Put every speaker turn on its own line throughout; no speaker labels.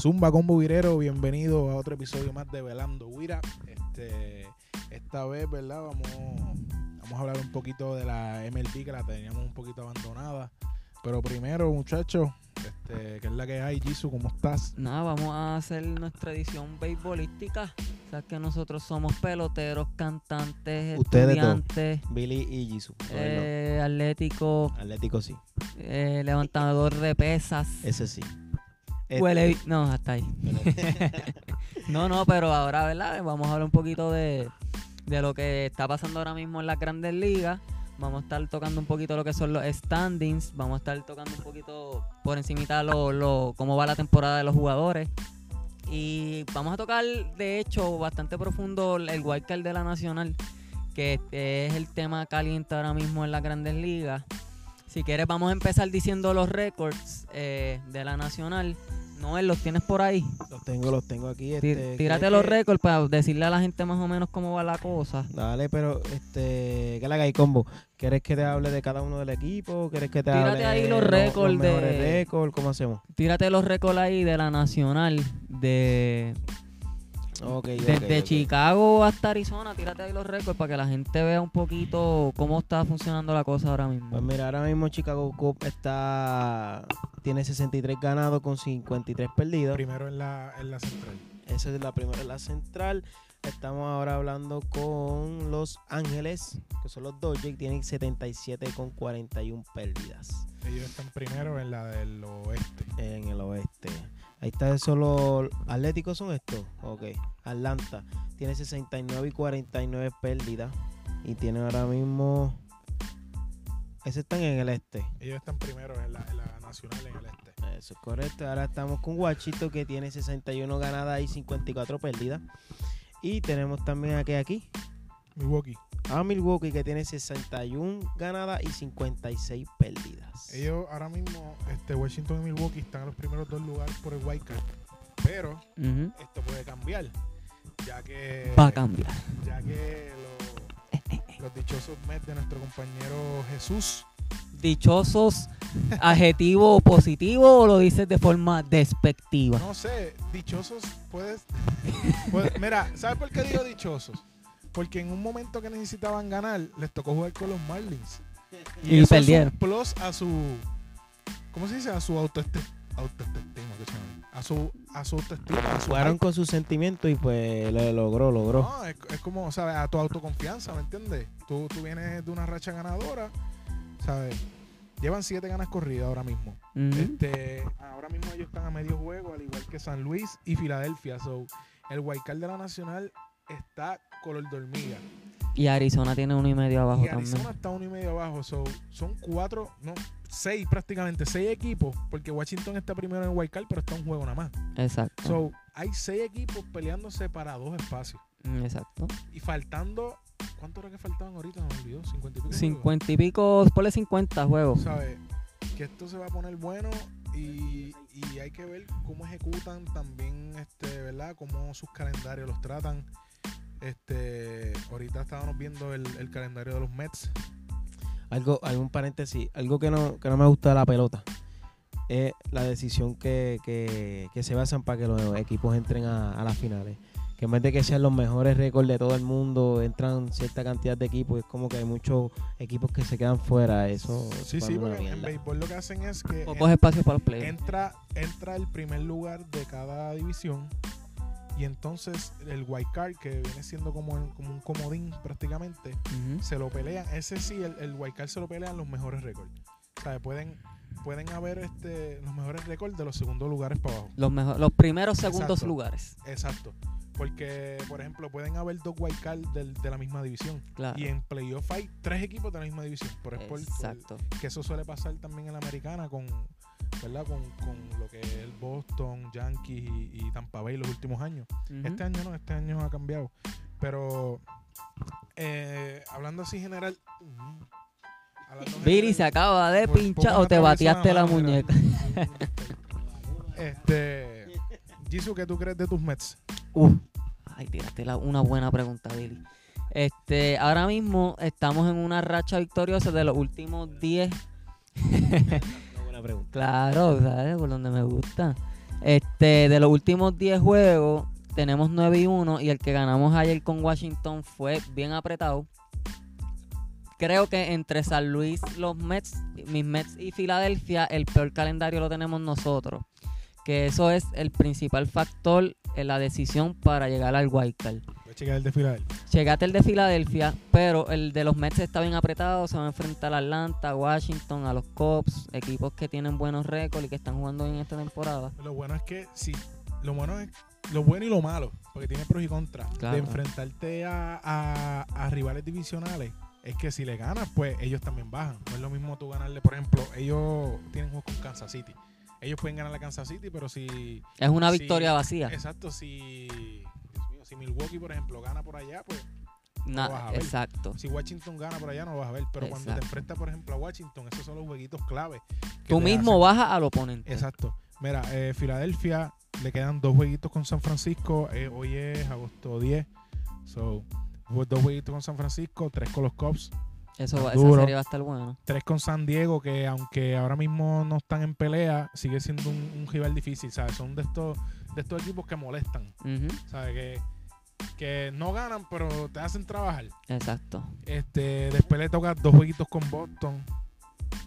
Zumba Combo Virero, bienvenido a otro episodio más de Velando Huira. Este, esta vez, ¿verdad? Vamos, vamos a hablar un poquito de la MLB que la teníamos un poquito abandonada. Pero primero, muchachos, este, ¿qué es la que hay, Jisoo? ¿Cómo estás?
Nada, vamos a hacer nuestra edición beisbolística. O sea, que nosotros somos peloteros, cantantes,
Ustedes dos.
estudiantes,
Billy y Jisoo. Joder,
eh, atléticos,
no. Atlético sí.
eh, levantador de pesas.
Ese sí. Este-
Huele bi- No, hasta ahí. no, no, pero ahora, ¿verdad? Vamos a hablar un poquito de, de lo que está pasando ahora mismo en las grandes ligas. Vamos a estar tocando un poquito lo que son los standings. Vamos a estar tocando un poquito por encimita lo, lo, cómo va la temporada de los jugadores. Y vamos a tocar, de hecho, bastante profundo el wildcard de la Nacional, que es el tema caliente ahora mismo en las grandes ligas. Si quieres, vamos a empezar diciendo los récords eh, de la Nacional. Noel, ¿los tienes por ahí?
Los tengo, los tengo aquí.
Tí-
este,
tírate
creo
los
que-
récords para decirle a la gente más o menos cómo va la cosa.
Dale, pero este, ¿qué la que hay combo? ¿Quieres que te hable de cada uno del equipo? ¿Quieres que te
Tírate
hable de
ahí los
lo-
récords
los mejores
de-
récords? ¿Cómo hacemos?
Tírate los récords ahí de la Nacional, de
Ok,
desde
ok, ok.
Chicago hasta Arizona. Tírate ahí los récords para que la gente vea un poquito cómo está funcionando la cosa ahora
Pues
mismo.
mira, ahora mismo Chicago Cup está tiene 63 ganados con 53 perdidos.
Primero en la, en la central.
Esa es la primera, la central. Estamos ahora hablando con Los Ángeles, que son los Dodgers, que tienen 77 con 41 pérdidas
Ellos están primero en la del oeste.
en el oeste. Ahí está, solo Atléticos son estos. Ok, Atlanta tiene 69 y 49 pérdidas y tiene ahora mismo. Ese están en el este.
Ellos están primero en la, en la nacional en el este.
Eso es correcto. Ahora estamos con Guachito que tiene 61 ganadas y 54 pérdidas. Y tenemos también aquí, aquí
Milwaukee.
a Milwaukee que tiene 61 ganadas y 56 pérdidas.
Ellos ahora mismo, este, Washington y Milwaukee están en los primeros dos lugares por el wild card. Pero
Ujú.
esto puede cambiar, ya que
Va a cambiar.
ya que lo- los dichosos Mets de nuestro compañero Jesús
Dichosos, adjetivo positivo o lo dices de forma despectiva.
No sé, dichosos puedes. puede- mira, ¿sabes por qué digo dichosos? Porque en un momento que necesitaban ganar, les tocó jugar con los Marlins.
Y
eso es
perdieron.
un plus a su. ¿Cómo se dice? A su autoestima. Autoestima, que se llama. A su, a su autoestima. a su
Jugaron con sus sentimientos y pues lo logró, logró.
No, es, es como, ¿sabes? A tu autoconfianza, ¿me entiendes? Tú, tú vienes de una racha ganadora, ¿sabes? Llevan siete ganas corridas ahora mismo.
eh.
Ujú.
Este, ahora mismo ellos están a medio juego, al igual que San Luis y Filadelfia. So, el Waikar de la Nacional está color de hormiga.
Y Arizona tiene uno y medio abajo
y Arizona
también.
está uno y medio abajo. So, son cuatro, no, seis prácticamente, seis equipos, porque Washington está primero en el Waikar, pero está un juego nada más.
Exacto.
So, hay seis equipos peleándose para dos espacios.
Mm, Exacto.
uh.
Y faltando, ¿cuánto era que faltaban ahorita? No me olvidó, 50 y pico.
50 y pico, ponle 50 juegos.
¿Sabes? Que esto se va a poner bueno y, y hay que ver cómo ejecutan también, este, ¿verdad? Cómo sus calendarios los tratan. Este, ahorita estábamos viendo el, el calendario de los Mets.
Algo, algún paréntesis, algo que no, que no me gusta de la pelota es la decisión que, que- que se basan para que los equipos entren a, a las finales. Que en vez de que sean los mejores récords de todo el mundo, entran cierta cantidad de equipos. Es como que hay muchos equipos que se quedan fuera. Eso
Sí, sí,
para mí es una
porque en, en
mierda. Pues
béisbol lo que hacen es que
Pocos espacios para los
en-
playoffs.
entra, entra el primer lugar de cada división y entonces el wild card, que viene siendo como, el- como un comodín prácticamente,
Ujú.
se lo pelean. Ese sí, el, el wild card se lo pelean los mejores récords. O sea, pueden, pueden haber este, los mejores récords de los segundos lugares para abajo.
Los, mejo- los primeros segundos
Exacto.
lugares.
Exacto. Porque, por ejemplo, pueden haber dos wild cards del- de, la misma división.
Claro.
Y en playoff hay tres equipos de la misma división. Por es por-
Exacto.
que eso suele pasar también en la americana con, ¿verdad? con, con lo que es el Boston, Yankees y, y Tampa Bay los últimos años.
Ujú.
Este año no, este año ha cambiado. Pero eh, hablando así general. ujú, hablando
Viri
general,
se acaba de
por
pinchar
poco
o
me
te
atraviesa
bateaste la
mano, mira.
muñeca.
Este. Jisoo, ¿qué tú crees de tus Mets?
Uf. Ay, tírate la- una buena pregunta, Billy. Este, ahora mismo estamos en una racha victoriosa de los últimos 10
Una buena pregunta.
Claro, ¿sabes? Por donde me gusta. Este, de los últimos 10 juegos, tenemos 9 y 1 y el que ganamos ayer con Washington fue bien apretado. Creo que entre San Luis, los Mets, mis Mets y Filadelfia, el peor calendario lo tenemos nosotros. Que eso es el principal factor en la decisión para llegar al wild card.
Voy a checar el de Filadelfia.
Llegaste el de Filadelfia, pero el de los Mets está bien apretado. Se va a enfrentar a Atlanta, a Washington, a los Cubs, equipos que tienen buenos récords y que están jugando bien esta temporada.
Lo bueno es que sí, lo bueno es lo bueno y lo malo, porque tiene pros y contras.
Claro.
De enfrentarte a, a- a rivales divisionales, es que si le ganas, pues ellos también bajan. No es lo mismo tú ganarle, por ejemplo, ellos tienen juegos con Kansas City. Ellos pueden ganar a Kansas City, pero si
Es una
Sí,
victoria vacía.
Exacto, si, Dios mío, si Milwaukee, por ejemplo, gana por allá, pues
Na-
vas a ver.
exacto.
si Washington gana por allá no lo vas a ver. Pero cuando te
Exacto.
enfrentas, por ejemplo, a Washington, esos son los jueguitos clave. que
Tú
te
mismo
hacen.
bajas al oponente.
Exacto. Mira, eh, Filadelfia le quedan dos jueguitos con San Francisco. eh, hoy es agosto 10. So, hubo dos jueguitos con San Francisco, tres con los Cubs,
Eso, va-
Duro.
esa serie va a estar buena.
tres con San Diego, que aunque ahora mismo no están en pelea, sigue siendo un, un rival difícil, ¿sabes? Son de estos, de estos equipos que molestan.
Ujú,
¿sabes? Que, que no ganan, pero te hacen trabajar.
Exacto.
Este, después le toca dos jueguitos con Boston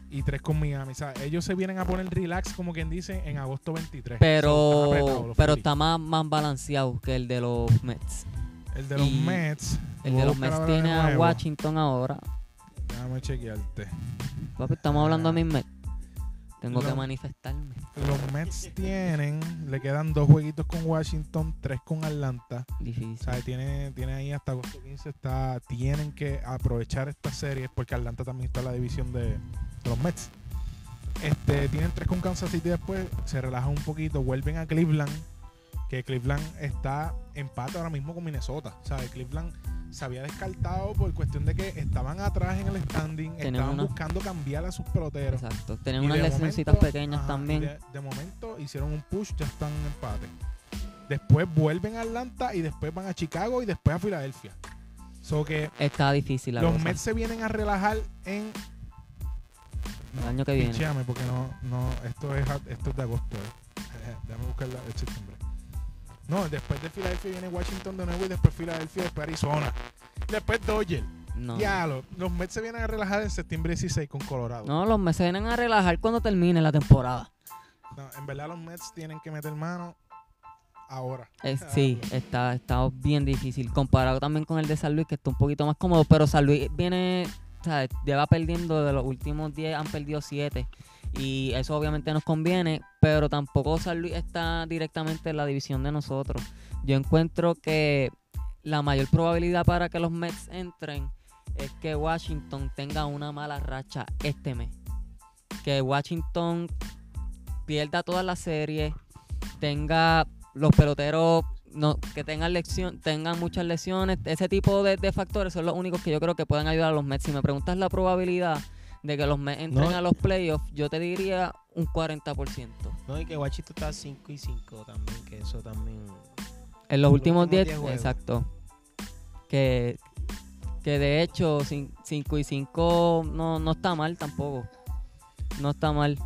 y tres con Miami. ¿sabes? Ellos se vienen a poner relax, como quien dice, en agosto 23. So, están apretados
Pero,
los
pero
Phillies.
está más, más balanceado que el de los Mets.
El de los
y
Mets.
El
voy
de
a
los
buscar
Mets
ahora de
tiene a
nuevo.
Washington ahora.
Déjame chequearte.
Papi, estamos hablando de mis Mets. Tengo
Lo-
que manifestarme.
Los Mets tienen, le quedan dos jueguitos con Washington, tres con Atlanta.
Difícil.
¿Sabes? Tiene, tiene ahí hasta agosto 15. Está, tienen que aprovechar estas series porque Atlanta también está en la división de, de los Mets. Este, tienen tres con Kansas City después, se relajan un poquito, vuelven a Cleveland, que Cleveland está empate ahora mismo con Minnesota. ¿sabes? Cleveland se había descartado por cuestión de que estaban atrás en el standing,
Tenían
estaban
una-
buscando cambiar a sus peloteros.
Exacto. Tienen
Y
unas
de
lesioncitas
momento,
pequeñas
ajá,
también.
y De, de momento hicieron un push, ya están en empate. Después vuelven a Atlanta y después van a Chicago y después a Filadelfia. So que
Está difícil la
los
cosa.
Mets se vienen a relajar en.
El año que viene.
Picheame, porque no, no, esto es a- esto es de agosto. eh. Déjame buscar la- el septiembre. No, después de Filadelfia viene Washington de nuevo y después Filadelfia, después Arizona. Después Dodgers.
No.
Ya, lo- los Mets se vienen a relajar en septiembre 16 con Colorado.
No, los Mets se vienen a relajar cuando termine la temporada.
No, en verdad los Mets tienen que meter mano ahora.
Eh, sí, está, está bien difícil. Comparado también con el de San Luis, que está un poquito más cómodo. Pero San Luis viene, ¿sabes? Lleva perdiendo de los últimos 10, han perdido 7. Y eso obviamente nos conviene. Pero tampoco San Luis está directamente en la división de nosotros. Yo encuentro que la mayor probabilidad para que los Mets entren es que Washington tenga una mala racha este mes. Que Washington pierda todas las series, tenga los peloteros no, que tengan lesión, tengan muchas lesiones, ese tipo de, de factores son los únicos que yo creo que pueden ayudar a los Mets. Si me preguntas la probabilidad de que los Mets entren
No.
a los playoffs, yo te diría un 40%.
No, y que Guachito está 5 y 5 también, que eso también.
En los
Los
últimos
últimos
10,
diez juegos.
exacto. Que, que de hecho 5 y 5 no, no está mal tampoco. No está mal.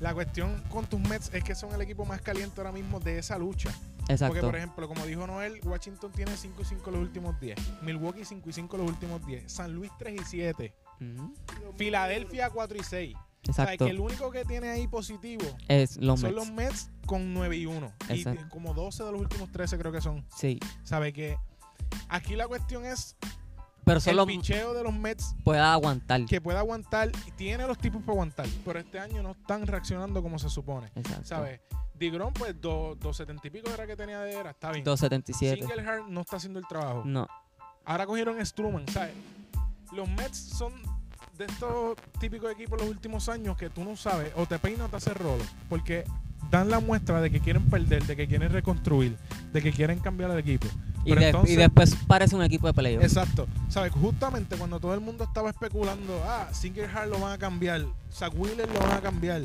La cuestión con tus Mets es que son el equipo más caliente ahora mismo de esa lucha. Porque,
Exacto.
por ejemplo, como dijo Noel, Washington tiene 5 y 5 los últimos 10. Milwaukee 5 y 5 los últimos 10. San Luis 3 y 7.
Ujú,
Filadelfia 4 y 6. O sea,
Exacto.
que el único que tiene ahí positivo
Es los
son
Mets.
los Mets con 9 y 1. Y
Exacto.
t- como 12 de los últimos 13 creo que son.
Sí.
¿Sabe que Aquí la cuestión es
Pero son
el
los
picheo de los Mets
pueda aguantar.
que pueda aguantar. y Tiene los tipos para aguantar. Pero este año no están reaccionando como se supone.
Exacto.
¿sabes? Digron, pues, do- 270 y pico era que tenía de era, está bien.
277.
Singleheart no está haciendo el trabajo.
No.
Ahora cogieron Struman, ¿sabes? Los Mets son de estos típicos equipos los últimos años que tú no sabes, o te peinas o te haces rolo, porque dan la muestra de que quieren perder, de que quieren reconstruir, de que quieren cambiar el equipo.
Y,
Pero
de- y
entonces-
después parece un equipo de playoff.
Exacto. ¿Sabes? Justamente cuando todo el mundo estaba especulando, ah, Singleheart lo van a cambiar, Zach Wheeler lo van a cambiar,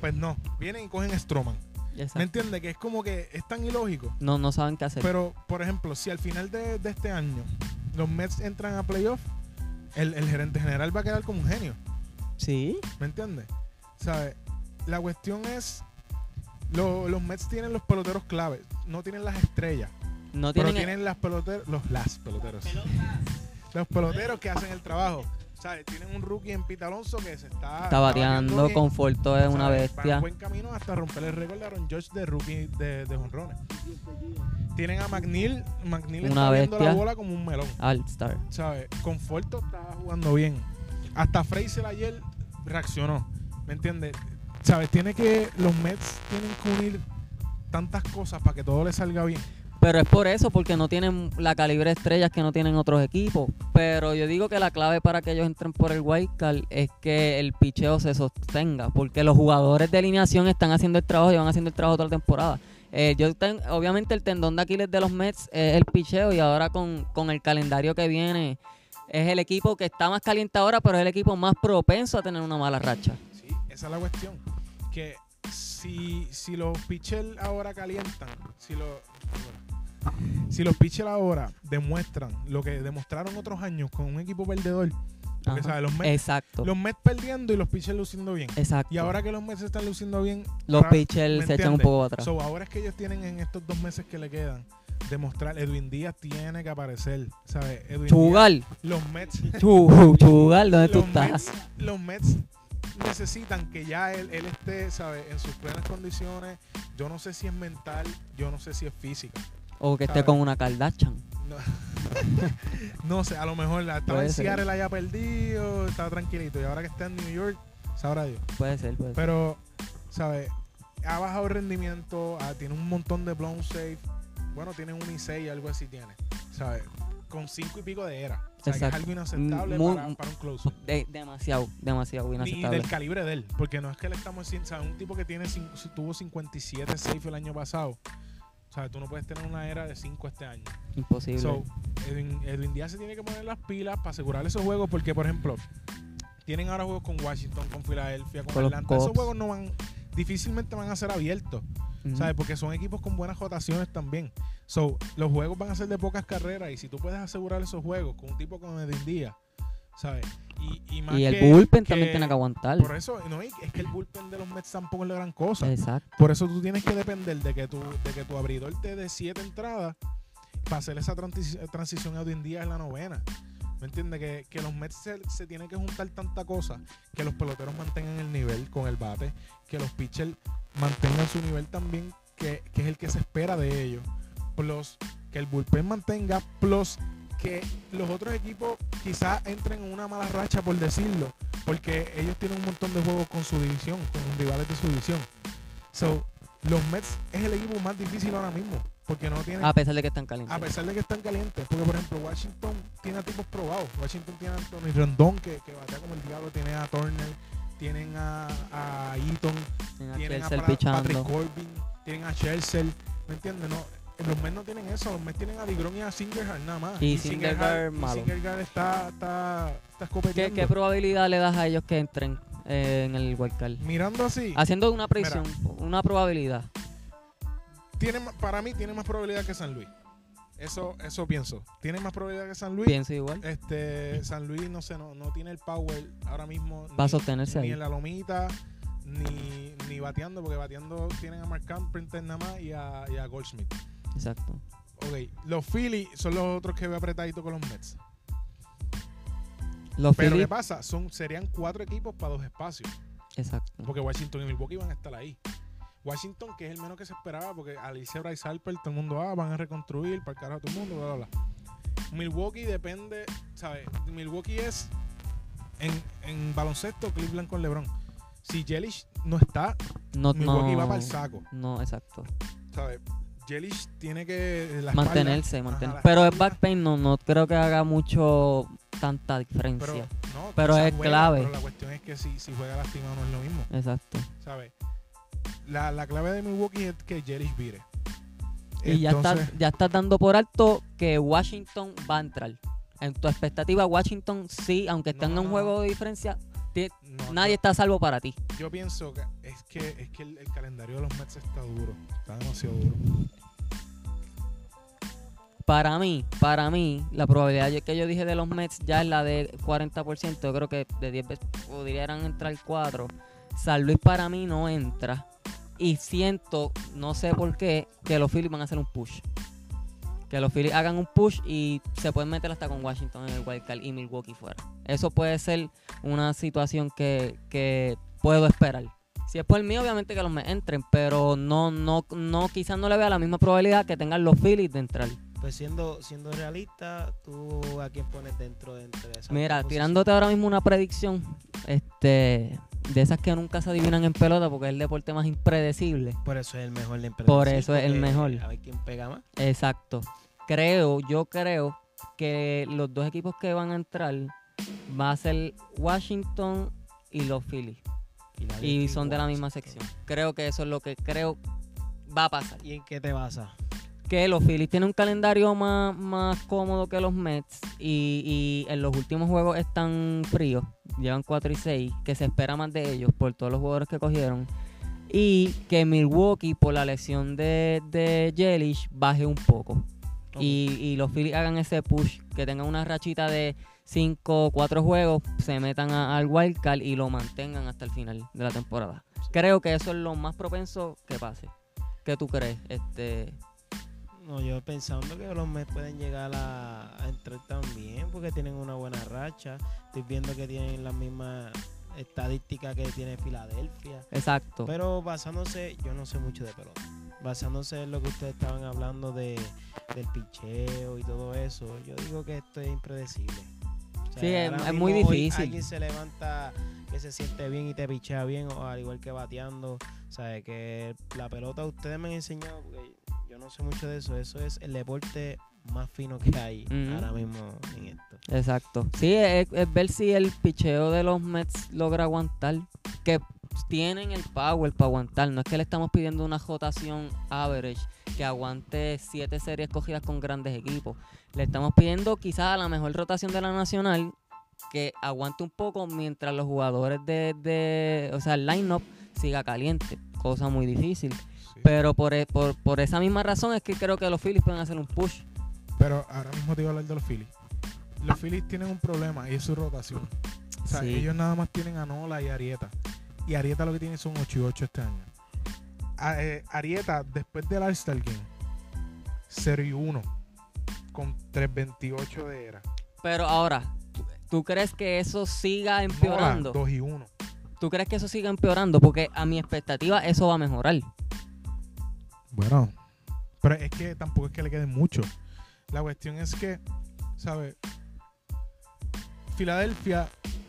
pues no, vienen y cogen Stroman.
Exacto.
¿Me entiendes? Que es como que es tan ilógico.
No, no saben qué hacer.
Pero, por ejemplo, si al final de, de este año los Mets entran a playoff, el, el gerente general va a quedar como un genio.
Sí.
¿Me entiendes? ¿Sabes? La cuestión es Lo- los Mets tienen los peloteros clave, no tienen las estrellas,
No
pero
tienen,
tienen las peloteros, los las peloteros. Los peloteros que hacen el trabajo. ¿Sabes? Tienen un rookie en Pete Alonso que se está,
está bateando,
bien,
Conforto es una
¿sabes? Van
bestia.
buen camino hasta romper el récord de Aaron Judge de rookie de, de jonrones. Tienen a McNeil, McNeil está
Una
viendo la
bestia.
bola como un melón.
All Star.
¿sabes? Conforto estaba jugando bien. Hasta Fraser ayer reaccionó. ¿Me entiendes? ¿Sabes? Tiene que. Los Mets tienen que unir tantas cosas para que todo le salga bien.
Pero es por eso, porque no tienen la calibre de estrellas que no tienen otros equipos. Pero yo digo que la clave para que ellos entren por el wild card es que el picheo se sostenga, porque los jugadores de alineación están haciendo el trabajo, llevan haciendo el trabajo toda la temporada. Eh, yo ten- obviamente el tendón de Aquiles de los Mets es el picheo y ahora con, con el calendario que viene es el equipo que está más caliente ahora, pero es el equipo más propenso a tener una mala racha.
Sí, esa es la cuestión. Que si, si los pitchers ahora calientan, si los, si los pitchers ahora demuestran lo que demostraron otros años con un equipo perdedor, porque
Ajá.
¿sabes? Los, Mets,
Exacto.
los Mets perdiendo y los pitchers luciendo bien.
exacto.
Y ahora que los Mets están luciendo bien,
los
ra-
pitchers
¿me
se echan un
entiendes?
poco atrás.
So, ahora es que ellos tienen en estos dos meses que le quedan demostrar Edwin Díaz tiene que aparecer, ¿sabes? Edwin Díaz,
Chugal,
los Mets,
chu- Chugal, ¿dónde tú
los
estás?
Mets, los Mets necesitan que ya él, él esté, ¿sabes? En sus plenas condiciones. Yo no sé si es mental, yo no sé si es física.
O que esté
¿Sabes?
con una Kardashian.
No, No sé, a lo mejor la estaba
Puede
en
ser.
Seattle haya perdido, estaba tranquilito y ahora que está en New York, sabrá Dios.
Puede ser, puede ser.
Pero, ¿sabes? Ha bajado el rendimiento, ah, tiene un montón de blown safe. Bueno, tiene un I6, algo así tiene. ¿Sabes? Con cinco y pico de era. O sea, que es
Exacto. Mm,
algo inaceptable
Muy-
para, para un closer.
De- demasiado, demasiado
Ni
inaceptable.
del calibre de él. Porque no es que le estamos diciendo, ¿sabes? Un tipo que tiene cin- si tuvo 57 safe el año pasado. O sea, tú no puedes tener una era de 5 este año.
Imposible.
So, Edwin, Edwin Díaz se tiene que poner las pilas para asegurar esos juegos porque, por ejemplo, tienen ahora juegos con Washington, con Filadelfia, con,
Con los
Atlanta. Esos
Cubs.
juegos no van, difícilmente van a ser abiertos,
Ujú.
¿sabes? Porque son equipos con buenas rotaciones también. So, los juegos van a ser de pocas carreras y si tú puedes asegurar esos juegos con un tipo como Edwin Díaz, ¿sabes? Y, y más
y el
que-
bullpen también tiene que
Por
aguantar.
eso, no, y es que el bullpen de los Mets tampoco es la gran cosa.
Exacto.
Por eso tú tienes que depender de que tu, de que tu abridor te dé siete entradas para hacer esa transi- eh, transición a hoy en día es la novena. ¿Me entiendes? Que, que los Mets se, se tienen que juntar tanta cosa que los peloteros mantengan el nivel con el bate, que los pitchers mantengan su nivel también, que, que es el que se espera de ellos. Plus, que el bullpen mantenga, plus que los otros equipos quizás entren en una mala racha, por decirlo, porque ellos tienen un montón de juegos con su división, con los rivales de su división. So, los Mets es el equipo más difícil ahora mismo, porque no tienen
A pesar de que están calientes.
a pesar de que están calientes, porque por ejemplo Washington tiene a tipos probados. Washington tiene a Anthony Rondón, que, que batea como el diablo, tiene a Turner, tienen a, a Eaton,
Tienen a
tienen a
Chelsea
Pra- Patrick
pichando.
Corbin, tienen a Chelsea, ¿me entiendes? No, eh, los Mets no tienen eso, los Mets tienen a Digron y a Singerhard nada más.
Y Syndergaard
y
malo.
Syndergaard está, está, está
¿Qué,
escopeteando.
qué probabilidad le das a ellos que entren eh, en el wild card?
Mirando así,
Haciendo una predicción, una probabilidad.
tiene, ma- para mí tiene más probabilidad que San Luis. Eso, eso pienso. Tiene más probabilidad que San Luis.
Pienso igual.
Este, San Luis, no sé, no, no tiene el power ahora mismo.
Va a
ni-
sostenerse
Ni
ahí.
en la lomita, ni, ni bateando, porque bateando tienen a Mark Carpenter nada más y a, y a Goldschmidt.
Exacto.
Ok, los Phillies son los otros que veo apretaditos con los Mets.
Los
Pero ¿qué
Phillies.
pasa? Son, serían cuatro equipos para dos espacios,
Exacto.
porque Washington y Milwaukee van a estar ahí. Washington, que es el menos que se esperaba, porque al irse Bryce Harper, todo el mundo, ah, van a reconstruir, para el carajo a todo el mundo, bla, bla, bla. Milwaukee depende, ¿sabes? Milwaukee es en, en baloncesto Cleveland con LeBron. Si Jelish no está,
No,
Milwaukee
no,
va para el saco,
no, exacto.
¿sabes? Jelish tiene que eh, la espalda-
Mantenerse,
ajá,
mantenerse.
la
Pero el
espalda,
back pain no, no creo que haga mucho tanta diferencia.
pero, no,
pero
quizás
es clave.
Pero la cuestión es que si, si juega lastimado no es lo mismo,
Exacto.
¿sabes? La, la clave de Milwaukee es que Jelish vire.
Y ya
Entonces-
estás ya estás dando por alto que Washington va a entrar. En tu expectativa, Washington sí, aunque
No,
estén en
no,
un
no.
juego de diferencia, ti-
No,
nadie está a salvo para ti.
Yo, yo pienso que es que, es que el, el calendario de los Mets está duro. Está demasiado duro.
Para mí, para mí, la probabilidad yo- que yo dije de los Mets ya es la de 40%. Yo creo que de 10 veces podrían entrar 4. San Luis para mí no entra. Y siento, no sé por qué, que los Phillies van a hacer un push. Que los Phillies hagan un push y se pueden meter hasta con Washington en el wild card y Milwaukee fuera. Eso puede ser una situación que, que puedo esperar. Si es por el mío, obviamente que los me entren, pero no, no, no, quizás no le vea la misma probabilidad que tengan los Phillies de entrar.
Pues siendo, siendo realista, ¿tú a quién pones dentro de entre esas
Mira,
dos
tirándote ahora mismo una predicción, este, de esas que nunca se adivinan en pelota porque es el deporte más impredecible.
Por eso es el mejor de empresa.
Por eso es el mejor.
A ver quién pega más.
Exacto. Creo, yo creo que los dos equipos que van a entrar va a ser Washington y los Phillies.
la
Y
Virgen
son de la
Watts.
misma sección. Creo que eso es lo que creo va a pasar.
¿Y en qué te basas?
que los Phillies tienen un calendario más, más cómodo que los Mets y, y en los últimos juegos están fríos, llevan 4 y 6, que se espera más de ellos por todos los jugadores que cogieron. Y que Milwaukee, por la lesión de, de Jelish, baje un poco. Y, y los Phillies hagan ese push, que tengan una rachita de 5 4 juegos, se metan a- al wild card y lo mantengan hasta el final de la temporada. Creo que eso es lo más propenso que pase. ¿Qué tú crees? Este,
No, yo pensando que los Mets pueden llegar a, a entrar también porque tienen una buena racha. Estoy viendo que tienen la misma estadística que tiene Filadelfia.
Exacto.
Pero basándose, yo no sé mucho de pelota. Basándose en lo que ustedes estaban hablando de, del picheo y todo eso, yo digo que esto es impredecible. O
Sí, es-
ahora
es muy
mismo hoy
difícil.
Alguien se levanta que se siente bien y te pichea bien, o al igual que bateando. ¿Sabes? Que la pelota ustedes me han enseñado, porque yo no sé mucho de eso. Eso es el deporte más fino que hay
Ujú.
ahora mismo en esto.
Exacto. Sí, es, es ver si el picheo de los Mets logra aguantar. Que tienen el power para aguantar. No es que le estamos pidiendo una rotación average que aguante siete series cogidas con grandes equipos. Le estamos pidiendo quizás a la mejor rotación de la nacional que aguante un poco mientras los jugadores de, de o sea, el line-up siga caliente. Cosa muy difícil.
Sí.
Pero por, e- por, por esa misma razón es que creo que los Phillies pueden hacer un push.
Pero ahora mismo te iba a hablar de los Phillies. Los Phillies tienen un problema y es su rotación. O sea,
Sí.
ellos nada más tienen a Nola y a Arieta. Y Arieta lo que tiene son 8 y 8 este año. A- eh, Arieta, después del All-Star Game, 0 y 1 con 3.28 de era.
Pero ahora, ¿tú, tú crees que eso siga
Nola,
empeorando?
2 y 1.
¿Tú crees que eso siga empeorando? Porque a mi expectativa eso va a mejorar.
Bueno, pero es que tampoco es que le quede mucho. La cuestión es que, ¿sabes? Filadelfia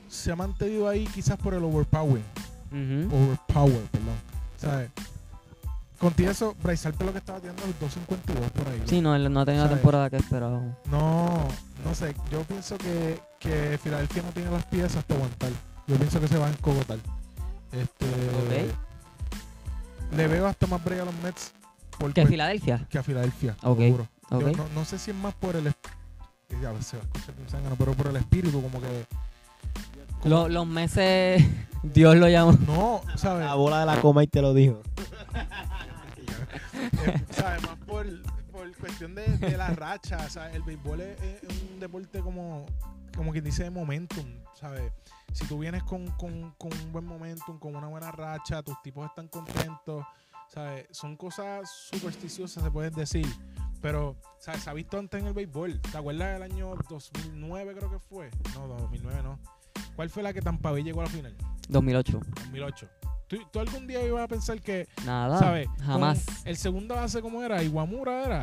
se ha mantenido ahí quizás por el overpowering.
Ujú.
Overpower, perdón. ¿Sabes? Contigo eso, Bryce Harper lo que estaba tirando los 2.52 por ahí.
Sí, no, él no ha tenido la
¿Sabes?
temporada que esperaba.
No, no sé. Yo pienso que, que Filadelfia no tiene las piezas para aguantar. Yo pienso que se va a encogotar. Este, Le veo hasta más brega a los Mets por,
¿Que
por-
Filadelfia?
que a Filadelfia.
Ok,
seguro. Pues, Yo
Ok.
no, no sé si es más por el... esp- Ya, se va a escuchar bien zángano, pero por el espíritu, como que... como-
Lo- los meses, Dios lo llamó.
No, ¿sabes?
La bola de la coma y te lo dijo.
Eh, o sea, además por, por cuestión de, de la racha, o sea, el béisbol es, es un deporte como, como quien dice de momentum, ¿sabes? Si tú vienes con, con- con un buen momentum, con una buena racha, tus tipos están contentos, ¿sabes? Son cosas supersticiosas, se pueden decir, pero, ¿sabes? Se ha visto antes en el béisbol, ¿te acuerdas del año 2009 creo que fue? No, 2009 no. ¿Cuál fue la que Tampa Bay llegó a la final?
2008.
2008. ¿Tú, tú algún día ibas a pensar que
Nada.
¿Sabes?
Jamás.
Con- el segundo base, ¿cómo era? Iguamura era.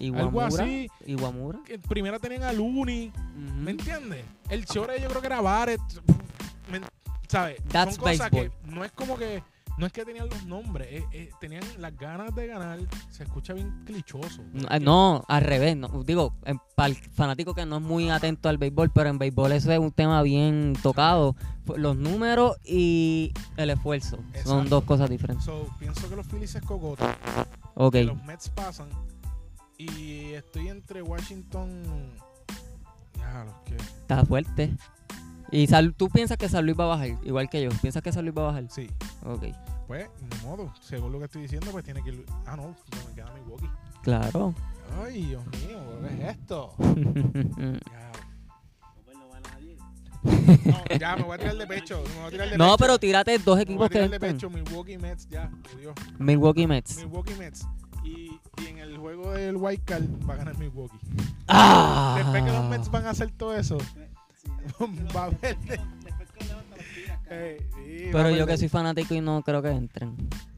Algo
Iguamura.
así.
Iguamura.
Que primera tenían a Looney.
Ujú.
¿Me entiendes? El Chore yo creo que era Barrett. ¿me en- ¿Sabes?
That's
Son cosas
baseball.
que no es como que. No es que tenían los nombres, eh, eh, tenían las ganas de ganar. Se escucha bien clichoso.
No, eh, No, al revés. no, digo, en- para el fanático que no es muy atento al béisbol, pero en béisbol eso es un tema bien tocado. Fu- Los números y el esfuerzo son
Exacto.
dos cosas diferentes.
So, pienso que los Phillies se cogotan,
Ok,
que los Mets pasan. Y estoy entre Washington. Ya, los que.
está fuerte. Y Sal- tú piensas que San Luis va a bajar, igual que yo. ¿Piensas que San Luis va a bajar?
Sí.
Ok,
Pues, ni modo. Según lo que estoy diciendo, pues tiene que. ir- Ah, no, me queda Milwaukee.
claro.
Ay, Dios mío, ¿qué es esto? Ya,
No, pues no va nadie.
No, ya, me voy a tirar de pecho. Me voy a tirar de
No,
pecho.
pero tírate dos
Me voy
equipos
a
que
tirar de
entran.
pecho. Milwaukee Mets, ya. Adiós.
Milwaukee Mets.
Milwaukee Mets. Y, y en el juego del White Card va a ganar Milwaukee.
¡Ah!
Después que los Mets van a hacer todo eso, va a haber. Eh, sí, va a
Pero yo
haber-
que soy fanático y no creo que entren.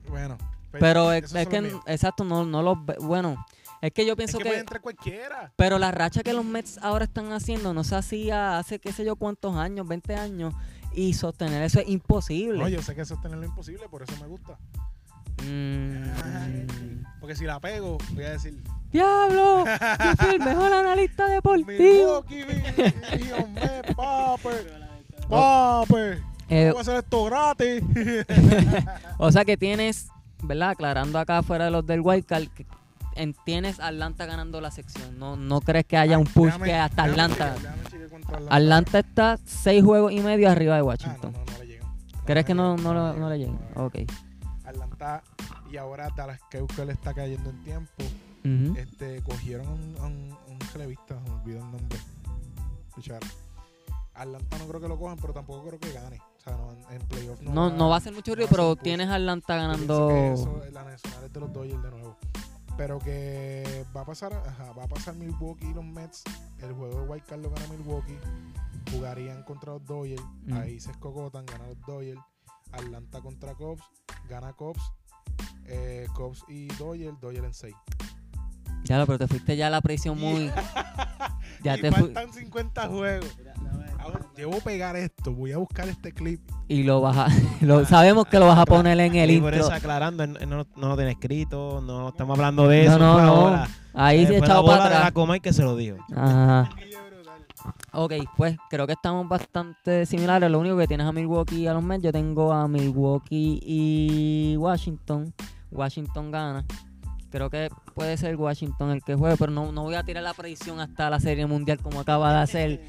Bueno. pues,
Pero es,
esos
es
son
que,
los míos.
exacto, no, no los ve- Bueno, es que yo
Es
pienso
que
que.
puede entrar cualquiera.
Pero la racha que los Mets ahora están haciendo no se hacía hace qué sé yo cuántos años, 20 años. Y sostener eso es imposible.
No, yo sé que eso es tener lo imposible, por eso me gusta.
Mm.
Porque si la pego, voy a decir.
¡Diablo! Yo soy el mejor analista deportivo.
Milwaukee, Dios mío, Popper. Popper.
Eh,
Vamos a hacer esto gratis.
o sea que tienes, ¿verdad? Aclarando acá fuera de los del Wildcard, que en- tienes Atlanta ganando la sección. No, no crees que haya un push
Déjame-
que hasta
déjame
Atlanta.
chequear, déjame chequear cuánto
Atlanta está seis juegos y medio arriba de
Ah, no,
Washington.
no, no le llegan.
¿Crees que no,
llegan,
no, lo- no le lleguen?
no
Ok.
llegan. Atlanta y ahora Dallas Keuchel le está cayendo en tiempo.
Ujú.
Este, cogieron a un, a un, a un relevista, se me olvidó el nombre. Pichar. Atlanta no creo que lo cojan, pero tampoco creo que gane. O sea, no, en- en playoff no.
No, no va a ser mucho
no
ruido,
va a ser
pero
un push.
tienes Atlanta
Yo pienso que
ganando.
eso, la nacional es de los Dodgers de nuevo. Pero que va a pasar, ajá, va a pasar Milwaukee y los Mets. El juego de White Card lo gana Milwaukee. Jugarían contra los Dodgers.
Mm.
Ahí se escocotan, ganan los Dodgers. Atlanta contra Cubs, gana Cubs. Eh, Cubs y Dodgers, Dodgers en 6.
Ya lo, pero te fuiste ya a la prisión muy. Ya
y
te fu-
faltan 50 juegos. Ahora, debo pegar esto, voy a buscar este clip.
Y lo vas a- lo, sabemos que lo vas a poner en el
y por
intro.
eso aclarando, él- él no, no lo tiene escrito, no estamos hablando de
No,
eso.
no,
fue
no.
ahora.
Ahí
Eh,
se
fue la
echado
bola
para
de la
atrás.
coma y que se lo dio.
Ajá. Ok, pues creo que estamos bastante similares. Lo único que tienes a Milwaukee y a los Mets, yo tengo a Milwaukee y Washington. Washington gana. Creo que puede ser Washington el que juegue, pero no, no voy a tirar la predicción hasta la Serie Mundial como acaba de hacer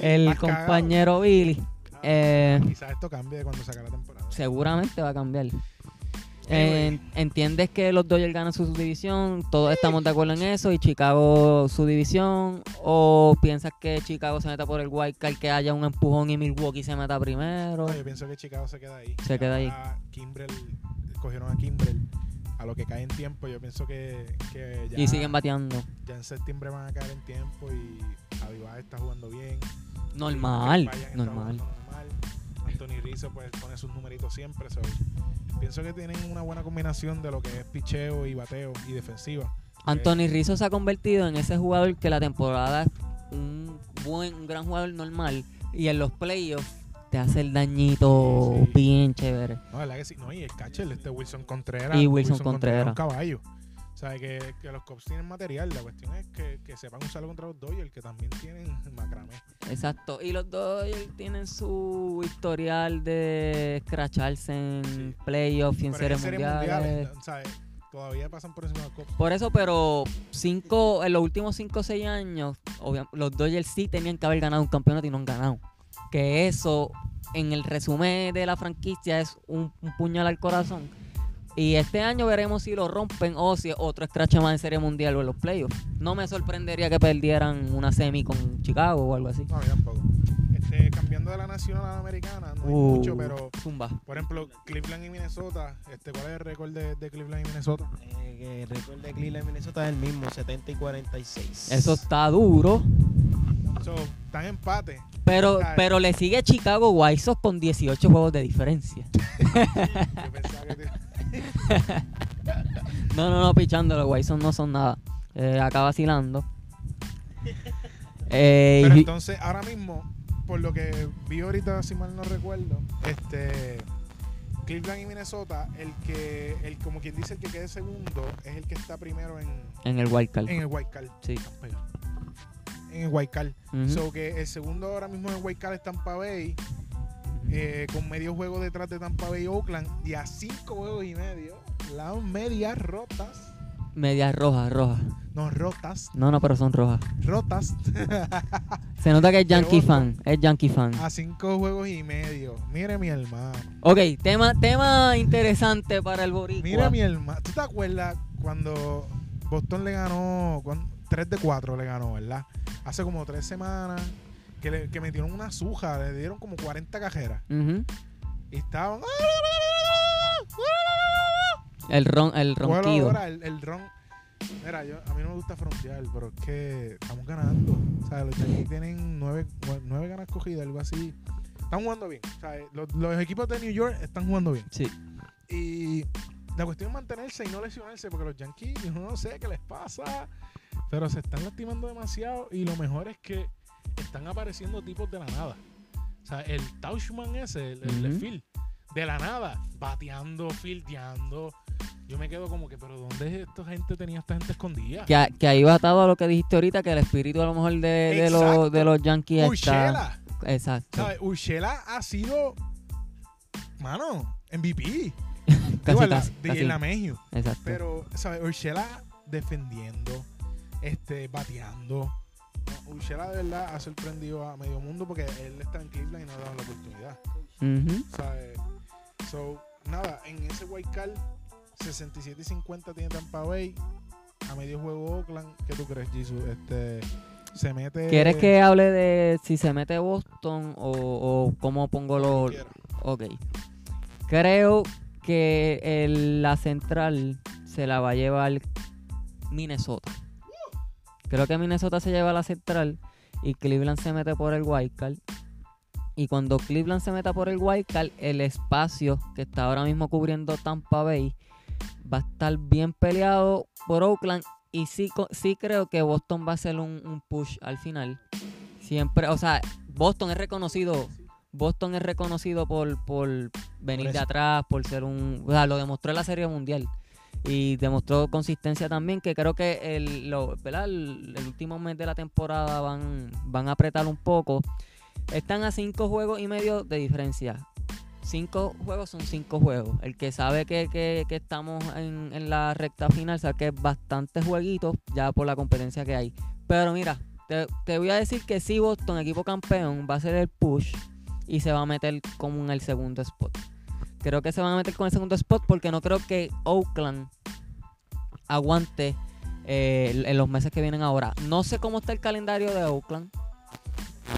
el
Has cagado.
compañero Billy. Eh,
Quizás esto cambie de cuando se acabe la temporada.
seguramente va a cambiar.
Anyway.
En- entiendes que los Dodgers ganan su división, todos estamos de acuerdo en eso, y Chicago su división, o piensas que Chicago se meta por el wild card, que haya un empujón y Milwaukee se meta primero.
No, yo pienso que Chicago se queda ahí.
Se queda ahí.
Ahora Kimbrel, cogieron a Kimbrel. A lo que cae en tiempo, yo pienso que, que ya,
Y siguen bateando.
ya en septiembre van a caer en tiempo y Javi Baez está jugando bien.
Normal,
Ryan está
normal.
jugando normal. Anthony Rizzo pues pone sus numeritos siempre. so, Pienso que tienen una buena combinación de lo que es picheo y bateo y defensiva.
Anthony Rizzo se ha convertido en ese jugador que la temporada es un buen, un gran jugador normal, y en los playoffs te hace el dañito
Sí, sí.
bien chévere.
No, la verdad que sí. No, y el catcher, este Wilson Contreras.
Y Wilson
es
Contreras.
un caballo. O sea, que, que los Cops tienen material. La cuestión es que, que sepan usarlo contra los Dodgers, que también tienen macramé.
Exacto. Y los Dodgers tienen su historial de escracharse en
Sí.
playoffs y en
Pero
series
en
mundiales.
mundiales, o sea, Todavía pasan por encima de los Cubs.
Por eso, pero cinco, en los últimos 5 o 6 años, obvia- los Dodgers sí tenían que haber ganado un campeonato y no han ganado. Que eso, en el resumen de la franquicia, es un, un puñal al corazón. Y este año veremos si lo rompen o si es otro scratch más en Serie Mundial o en los playoffs. No me sorprendería que perdieran una semi con Chicago o algo así.
No, a mí tampoco. Este, cambiando de la nacional a la americana, no hay
Uh,
mucho, pero
Zumba.
por ejemplo, Cleveland y Minnesota. Este, ¿Cuál es el récord de, de Cleveland y Minnesota?
Eh, que recuerde
El de Cleveland, Minnesota es el mismo, 70 y 46.
Eso está duro.
So, están empate.
Pero,
Ay.
pero le sigue a Chicago White Sox con 18 juegos de diferencia.
Yo pensaba que te-
No, no, no, pichando. Los White Sox no son nada. Eh, acá vacilando. Eh,
Pero
y-
entonces, ahora mismo, por lo que vi ahorita, si mal no recuerdo, este Cleveland y Minnesota, el que, el como quien dice, el que quede segundo es el que está primero en,
en el Wild Card.
en el White Card.
Sí.
En el White Card.
Ujú.
So que el segundo ahora mismo en el White Card es Tampa Bay, eh, con medio juego detrás de Tampa Bay y Oakland, y a cinco juegos y medio, las medias rotas,
Medias rojas, rojas.
no rotas,
No, no, pero son rojas.
rotas,
Se nota que es
Pero Ah.
Yankee
otro.
fan. Es Yankee fan.
a cinco juegos y medio. Mire mi hermano.
Ok, tema, tema interesante para el Boricua.
Mira, mi hermano, ¿tú te acuerdas cuando Boston le ganó cuan- 3 de 4 le ganó, ¿verdad? Hace como tres semanas que, le, que metieron una suja, le dieron como 40 cajeras.
Ujú.
Y estaban.
El ron, el
Bueno,
ronquido.
ahora el, el ron. Mira, yo, a mí no me gusta frontear, pero es que estamos ganando. O sea, los Yankees tienen nueve, nue- nueve ganas cogidas, algo así. Están jugando bien. O sea, eh, los, los equipos de New York están jugando bien.
Sí.
Y la cuestión es mantenerse y no lesionarse, porque los Yankees, yo no sé qué les pasa, pero se están lastimando demasiado. Y lo mejor es que están apareciendo tipos de la nada. O sea, el Tauchman ese, el, el de
Ujú.
Phil, de la nada, bateando, fildeando. Yo me quedo como que, pero ¿dónde esta gente tenía esta gente escondida?
Que, a- que ahí va atado a lo que dijiste ahorita, que el espíritu a lo mejor de, de
Exacto.
los, de los Yankees está.
Urshela,
Exacto.
¿sabes? Urshela ha sido, mano, MVP.
Casi,
Digo, en la-
casi,
de-
casi.
en la Mejio.
Exacto.
Pero, ¿sabes? Urshela defendiendo, este, bateando. No, Urshela de verdad ha sorprendido a medio mundo porque él está en Cleveland y no le dan la oportunidad.
Ujú.
¿sabes? So, nada, en ese white card, 67 y 50 tiene Tampa Bay. A medio juego Oakland. ¿Qué tú crees, Jesus? Este, se mete...
¿Quieres que hable de si se mete Boston o, o cómo pongo los...
Quiera.
Ok. Creo que el- la central se la va a llevar Minnesota. Creo que Minnesota se lleva la central y Cleveland se mete por el wildcard. Y cuando Cleveland se meta por el wildcard, el espacio que está ahora mismo cubriendo Tampa Bay va a estar bien peleado por Oakland. Y sí, co- sí creo que Boston va a hacer un, un push al final. Siempre, o sea, Boston es reconocido. Boston es reconocido por, por venir
Por
de
eso.
atrás, por ser un. O sea, lo demostró en la Serie Mundial. Y demostró consistencia también, que creo que el, lo- ¿verdad? el, el último mes de la temporada van, van a apretar un poco. Están a cinco juegos y medio de diferencia. Cinco juegos son cinco juegos. El que sabe que, que- que estamos en, en la recta final sabe que es bastantes jueguitos ya por la competencia que hay. Pero mira, te, te voy a decir que si Boston, equipo campeón, va a ser el push y se va a meter como en el segundo spot. Creo que se van a meter con el segundo spot porque no creo que Oakland aguante eh, el- en los meses que vienen ahora. No sé cómo está el calendario de Oakland.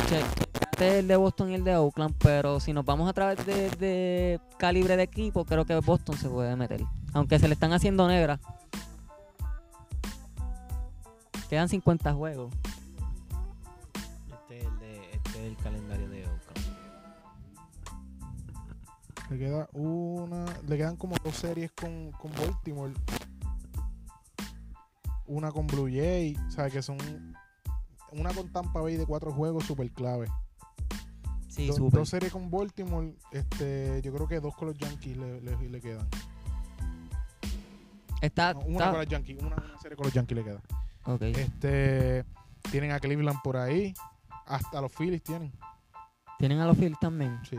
Che- chequeate este el de Boston y el de Oakland, pero si nos vamos a través de, de calibre de equipo, creo que Boston se puede meter. Aunque se le están haciendo negras. Quedan 50 juegos.
Este es el, de, este es el calendario de Oakland.
Le queda una. Le quedan como dos series con, con Baltimore. Una con Blue Jay. O sea, que son. Una con Tampa Bay de cuatro juegos super clave.
Sí,
Do-
súper.
dos series con Baltimore. Este, yo creo que dos con los Yankees le, le- le quedan.
Está,
No, una
está-
con los Yankees. Una, una serie con los Yankees le queda.
ok.
Este. Tienen a Cleveland por ahí. Hasta los Phillies tienen.
Tienen a los Phillies también.
Sí.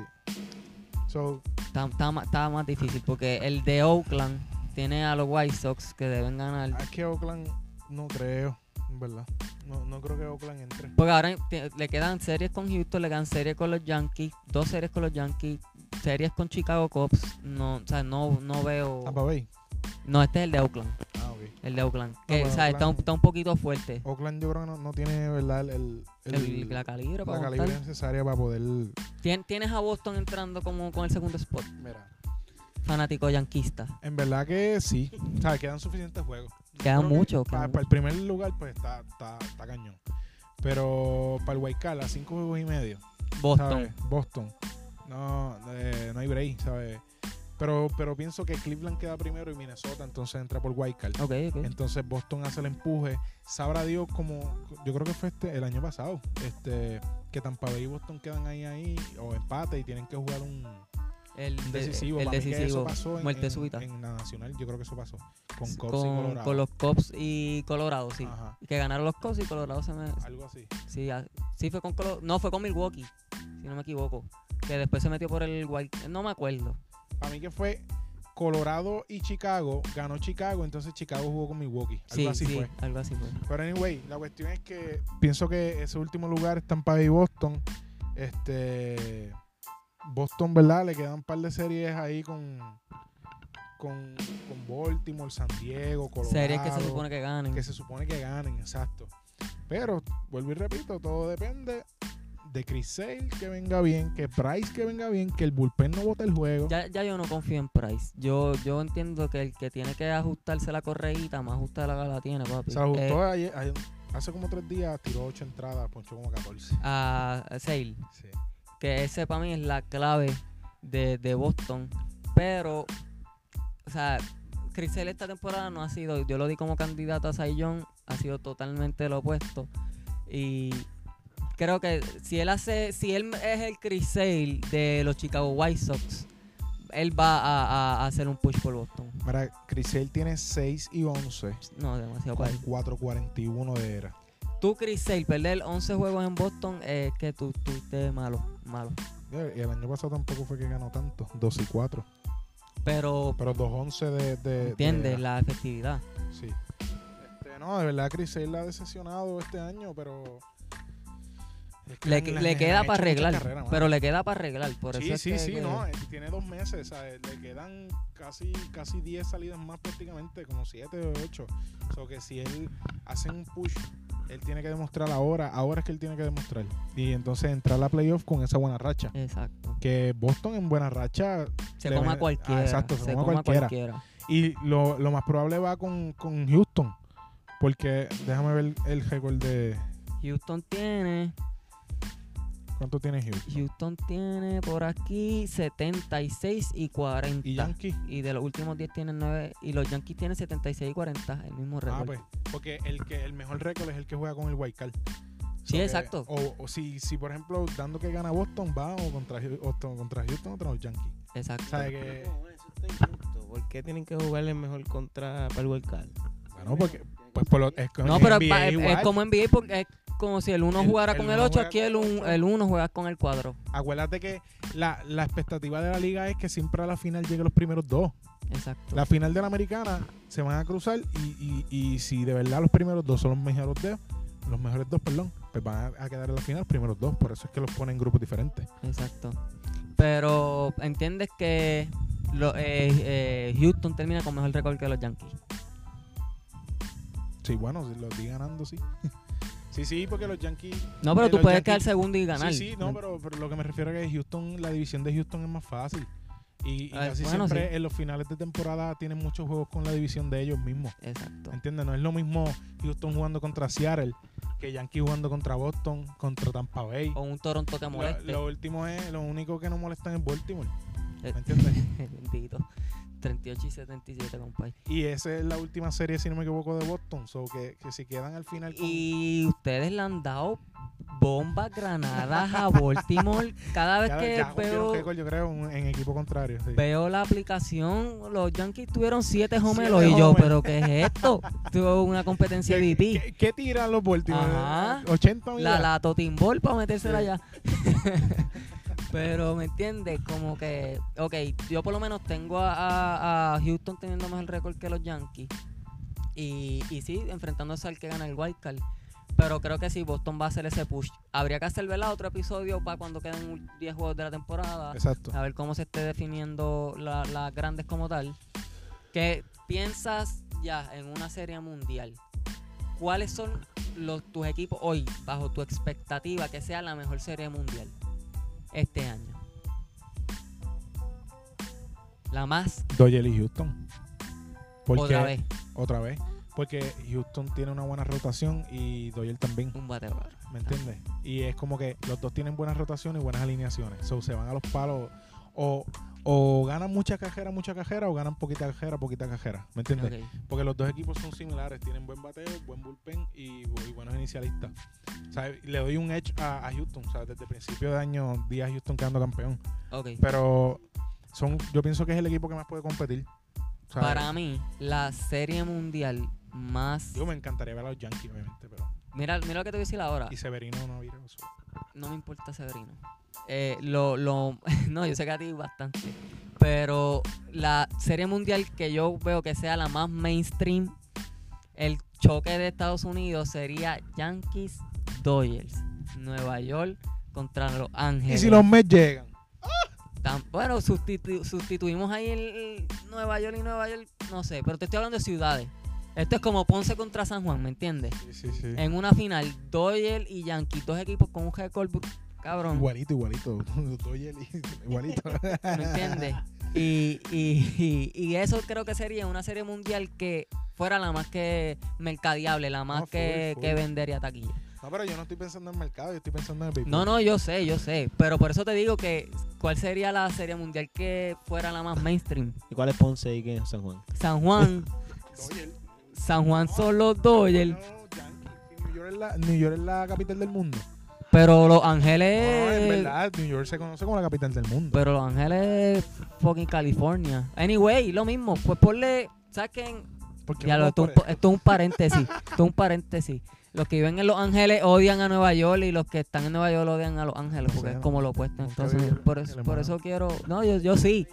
So,
Está, está ma- está más difícil porque el de Oakland tiene a los White Sox que deben ganar.
es que Oakland no creo. En verdad. No, no creo que Oakland entre.
Porque ahora te- le quedan series con Houston, le quedan series con los Yankees, dos series con los Yankees, series con Chicago Cubs. No, o sea, no, no veo.
Tampa Bay.
No, este es el de Oakland.
Ah, ok.
El de Oakland. Que,
pero
o sea, está un,
Oakland-
está un poquito fuerte.
Oakland yo creo que no, no tiene, ¿verdad? El, el,
El-
el-
la calibre
la
para
calibre
aguantar.
necesaria para poder...
Tien- Tienes a Boston entrando como con el segundo spot.
Mira,
Fanático yanquista.
en verdad que sí. O sea, quedan suficientes juegos.
Queda
Creo que
mucho.
Para,
queda
para el primer lugar, pues está, está, está cañón. Pero para el Waikal, a cinco juegos y medio.
mucho. Boston.
¿sabes? Boston. No, eh, no hay break, ¿sabes? Pero, pero pienso que Cleveland queda primero y Minnesota entonces entra por Waikal.
Ok, ok.
Entonces Boston hace el empuje. Sabrá Dios como yo creo que fue este el año pasado, este que Tampa Bay y Boston quedan ahí ahí o empate y tienen que jugar un,
El,
un
de-
decisivo.
el
Para mí que eso
decisivo.
pasó en,
Muerte
en-
súbita.
en la nacional, yo creo que eso pasó con
S-
Cubs y
con-
Colorado.
con los Cops y Colorado, sí.
Ajá,
Que ganaron los Cops y Colorado se me.
algo así.
Sí, a- sí fue con Colorado. No, fue con Milwaukee, si no me equivoco. Que después se metió por el White. No me acuerdo.
Para mí que fue Colorado y Chicago, ganó Chicago, entonces Chicago jugó con Milwaukee. Algo
sí,
así
sí,
fue.
algo así fue.
Pero anyway, la cuestión es que pienso que ese último lugar es Tampa Bay y Boston. Este Boston, ¿verdad? Le quedan un par de series ahí con con, con Baltimore, San Diego, Colorado.
Series que se supone que ganen.
que se supone que ganen, exacto. Pero vuelvo y repito, todo depende de Chris Sale que venga bien, que Price que venga bien, que el bullpen no bote el juego.
Ya, ya yo no confío en Price. Yo, yo entiendo que el que tiene que ajustarse la correíta, más ajustada la, la tiene, papi.
Se ajustó
Eh,
ayer, ayer- hace como tres días, tiró ocho entradas, ponchó como 14.
a Sale,
Sí.
que ese para mí es la clave de, de Boston. Pero, o sea, Chris Sale esta temporada no ha sido, yo lo di como candidato a Cy Young, ha sido totalmente lo opuesto. Y creo que si él hace, si él es el Chris Sale de los Chicago White Sox, él va a, a- a hacer un push por Boston.
Mira, Chris Sale tiene 6 y 11
No, demasiado
con
para él.
4.41 de era.
Tú, Chris Sale, perder 11 juegos en Boston es que tú estuviste malo, malo.
Y el año pasado tampoco fue que ganó tanto, 2 y 4.
Pero,
Pero 2.11 de, de- de
¿entiendes?
era.
La efectividad.
Sí. Este, no, de verdad, Chris Sale la ha decepcionado este año, pero. es que
Le,
han-
le
han- han
queda
hecho
para
mucha
arreglar.
carrera, mano.
pero le queda para arreglar. Por
sí,
eso es
sí,
que-
sí,
que-
no. eh, Tiene dos meses, ¿sabes? Le quedan casi casi 10 salidas más prácticamente, como 7 o 8. O sea, que si él hace un push, él tiene que demostrar ahora. Ahora es que él tiene que demostrar. Y entonces entrar a la playoff con esa buena racha.
Exacto.
Que Boston en buena racha
Se
Le
coma
ven-
cualquiera.
Ah, exacto, se
se
coma
coma
cualquiera.
cualquiera.
Y lo, lo más probable va con, con Houston. Porque déjame ver el récord de.
Houston tiene,
¿Cuánto tiene Houston?
Houston tiene por aquí 76 y 40.
¿Y Yankees?
Y de los últimos 10 tienen 9. Y los Yankees tienen 76 y 40. El mismo récord.
Ah, pues. Porque el, que, el mejor récord es el que juega con el White Card.
Sí, exacto.
O, o si, si, por ejemplo, dando que gana Boston, va o contra Houston, contra Houston o contra los Yankees.
Exacto.
O sea, que.
eso está injusto. ¿Por qué tienen que jugarle mejor contra para el Wildcard?
Bueno, porque. Pues por lo, es que
No,
en
pero
NBA
pa- es, es
igual.
como en NBA porque es como si el 1
El-
jugara
el
con
uno
el 8,
juega
aquí
con
el
el
1
ocho.
el uno juega con el 4.
Acuérdate que la, la expectativa de la liga es que siempre a la final lleguen los primeros dos.
Exacto.
La final de la americana se van a cruzar y, y- y si de verdad los primeros dos son los mejores dos, los mejores dos, perdón, pues van a, a quedar en la final los primeros dos. Por eso es que los ponen en grupos diferentes.
Exacto. Pero entiendes que lo- eh, eh, Houston termina con mejor récord que los Yankees.
Sí, bueno, si los di ganando, sí. sí, sí, porque los Yankees...
No, pero
Eh,
tú
los
puedes
Yankees-
quedar segundo y ganar.
Sí, sí, no, pero, pero lo que me refiero es que Houston, la división de Houston es más fácil. Y, y
Ah,
casi
bueno,
siempre en los finales de temporada tienen muchos juegos con la división de ellos mismos.
Exacto.
¿Entiendes? No es lo mismo Houston jugando contra Seattle que Yankees jugando contra Boston, contra Tampa Bay.
O un Toronto que
Lo,
moleste.
lo último es, lo único que no molestan es Baltimore.
Eh,
¿Me entiendes?
Bendito. 38 y 77, compadre.
y esa es la última serie, si no me equivoco, de Boston. So que, que si quedan al final con-
Y ustedes le han dado bombas, granadas a Baltimore. Cada vez
ya,
que
ya rompieron
veo,
récord, yo creo, en, en equipo contrario. sí.
veo la aplicación, los Yankees tuvieron 7 homelos.
Siete
Y yo,
homers.
¿pero qué es esto? Tuvo una competencia
¿Qué,
de BP.
qué- qué tiran los Baltimore?
Ajá.
80 mil.
la, la totimbol para metérsela
Sí.
allá. Pero, ¿me entiendes? Como que, ok, yo por lo menos tengo a, a- a Houston teniendo más el récord que los Yankees. Y, y sí, enfrentándose al que gana el Wildcard. Pero creo que sí, Boston va a hacer ese push. Habría que hacer, ¿verdad? Otro episodio para cuando queden 10 juegos de la temporada.
Exacto.
A ver cómo se esté definiendo la- las grandes como tal. Que piensas ya en una serie mundial. ¿Cuáles son los, tus equipos hoy, bajo tu expectativa, que sea la mejor serie mundial este año? La más
Doyle y Houston. Porque,
otra vez
otra vez. Porque Houston tiene una buena rotación y Doyle también.
un bateador.
¿Me entiendes? Y es como que los dos tienen buenas rotaciones y buenas alineaciones. So, se van a los palos o, o ganan mucha cajera, mucha cajera o ganan poquita cajera, poquita cajera. ¿Me entiendes?
Ok.
Porque los dos equipos son similares, tienen buen bateo, buen bullpen y, bu- y buenos inicialistas. O sea, le doy un edge a, a Houston. O sea, desde el principio de año, día Houston quedando campeón.
Ok.
Pero son, yo pienso que es el equipo que más puede competir. O sea,
Para mí, la serie mundial más...
Yo me encantaría ver a los Yankees, obviamente, pero.
Mira, mira lo que te voy a decir ahora.
Y Severino no vira eso.
No me importa Severino. Eh, lo, lo, no, yo sé que a ti bastante. Pero la serie mundial que yo veo que sea la más mainstream, el choque de Estados Unidos sería Yankees Dodgers. Nueva York contra Los
Y
Ángeles.
si los Mets llegan.
Tam- bueno, sustitu- sustituimos ahí el, el Nueva York y Nueva York, no sé, pero te estoy hablando de ciudades. Esto es como Ponce contra San Juan, ¿me entiendes?
Sí, sí, sí.
en una final, Doyle y Yankees, dos equipos con un récord br- cabrón.
Igualito, igualito. Tú oyes el- igualito.
¿Me entiendes? Y, y- y- y eso creo que sería una serie mundial que fuera la más que mercadeable, la más
No, full,
que,
Ah, full.
que vendería taquilla.
No, pero yo no estoy pensando en mercado, yo estoy pensando en el béisbol.
No, no, yo sé, yo sé. Pero por eso te digo que cuál sería la serie mundial que fuera la más mainstream.
¿Y cuál es Ponce y qué es San Juan?
San Juan,
Oye, el-
San Juan son los Dodgers,
No, Yankees. New York, es la, New York es la capital del mundo.
pero Los
No, en
Ángeles...
verdad, New York se conoce como la capital del mundo.
Pero Los Ángeles, fucking California. Anyway, lo mismo. Pues ponle, saquen.
¿Por qué
Pues, Ya
no vamos
lo, esto,
por
es un po-
eso?
esto es un paréntesis. esto es un paréntesis. Los que viven en Los Ángeles odian a Nueva York y los que están en Nueva York odian a Los Ángeles
No
porque
sé,
es como lo opuesto.
nunca
Entonces,
viví en
por,
Los
eso,
Ángeles,
por
mano.
eso quiero. No, yo, yo sí.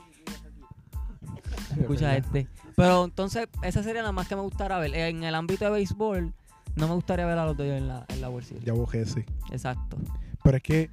Escucha
Es verdad.
este. Pero entonces, esa sería la más que me gustara ver. En el ámbito de béisbol, no me gustaría ver a los Dodgers en la, en la World Series.
Ya aborrece.
Exacto.
Pero es que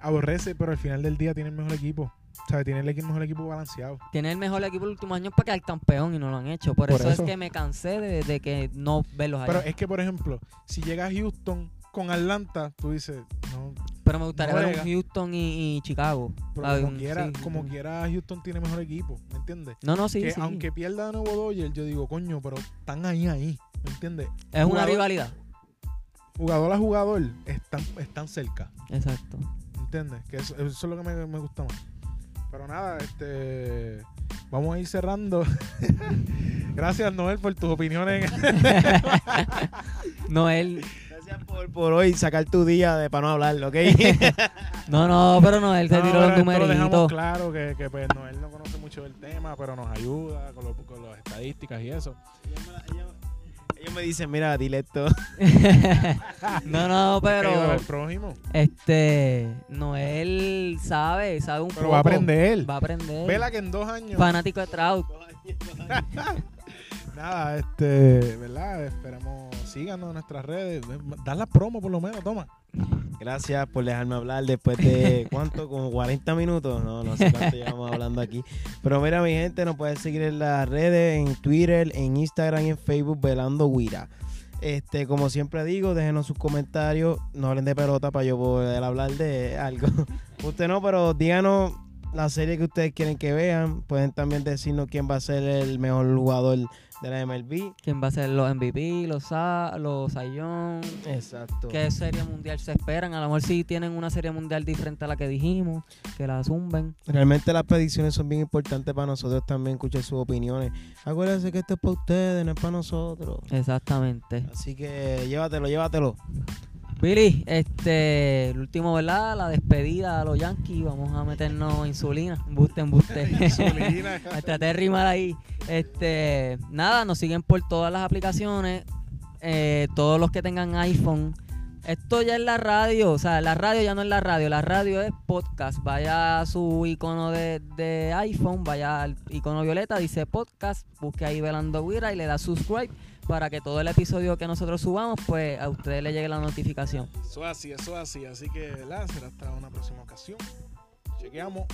aborrece, pero al final del día tiene el mejor equipo. O sea, tiene el equi- mejor equipo balanceado.
Tienen el mejor equipo los últimos años para quedar campeón y no lo han hecho. Por,
Por
eso,
eso.
es que me cansé de, de que no verlos allá.
Pero es que, por ejemplo, si llega a Houston con Atlanta, tú dices, no,
Pero me gustaría ver
Juega.
un Houston y, y Chicago.
pero
Ah,
como,
un-
quiera,
sí,
como
un-
quiera Houston tiene mejor equipo, ¿me entiendes?
No, no, sí,
que
sí.
aunque pierda de nuevo Dodgers, yo digo, coño, pero están ahí, ahí, ¿me entiendes?
es una
jugador-
rivalidad.
Jugador a jugador están, están cerca,
Exacto.
¿me entiendes? Que eso, eso es lo que me, me gusta más. Pero nada, este vamos a ir cerrando. Gracias, Noel, por tus opiniones.
No, él...
Gracias
Por, hoy, sacar tu día de para no hablar, ¿ok?
No, no, pero no, él se
No,
tiró
pero
los
esto Lo dejamos
numeritos.
claro que, que pues, Noel no conoce mucho del tema, pero nos ayuda con, lo- con las estadísticas y eso.
Ellos me la- ellos- ellos me dicen, mira, directo.
No, no,
Que ayuda
pero...
al prójimo.
Este... Noel sabe, sabe un
Pero
poco.
va a aprender él.
Va a aprender.
Vela que en dos años.
Fanático de Trout.
Nada, este, ¿verdad? Esperemos, síganos en nuestras redes. Dan la promo por lo menos, toma.
Gracias por dejarme hablar después de cuánto, como 40 minutos. No, no sé cuánto llevamos hablando aquí. Pero mira, mi gente, nos pueden seguir en las redes, en Twitter, en Instagram y en Facebook, Velando Guira. Este, como siempre digo, déjenos sus comentarios. No hablen de pelota para yo poder hablar de algo. Usted no, pero díganos la serie que ustedes quieren que vean. Pueden también decirnos quién va a ser el mejor jugador de la MLB.
¿Quién va a ser los MVP, los Sa, los Sayón?
Exacto.
¿Qué serie mundial se esperan? A lo mejor sí tienen una serie mundial diferente a la que dijimos, que la zumben.
Realmente las predicciones son bien importantes para nosotros también escuchar sus opiniones. Acuérdense que esto es para ustedes, no es para nosotros.
Exactamente.
Así que llévatelo, llévatelo.
Billy, este, el último, ¿verdad? La despedida a los Yankees. Vamos a meternos insulina. Embuste, embuste. Me traté de rimar ahí. Este, nada, nos siguen por todas las aplicaciones. eh, todos los que tengan iPhone. Esto ya es la radio, o sea, la radio ya no es la radio, la radio es podcast. Vaya a su icono de, de iPhone, vaya al icono violeta, dice podcast, busque ahí Velando Guira y le da subscribe para que todo el episodio que nosotros subamos, pues a ustedes le llegue la notificación.
Eso así, eso así. Así que, ¿verdad? Será hasta una próxima ocasión. Chequeamos.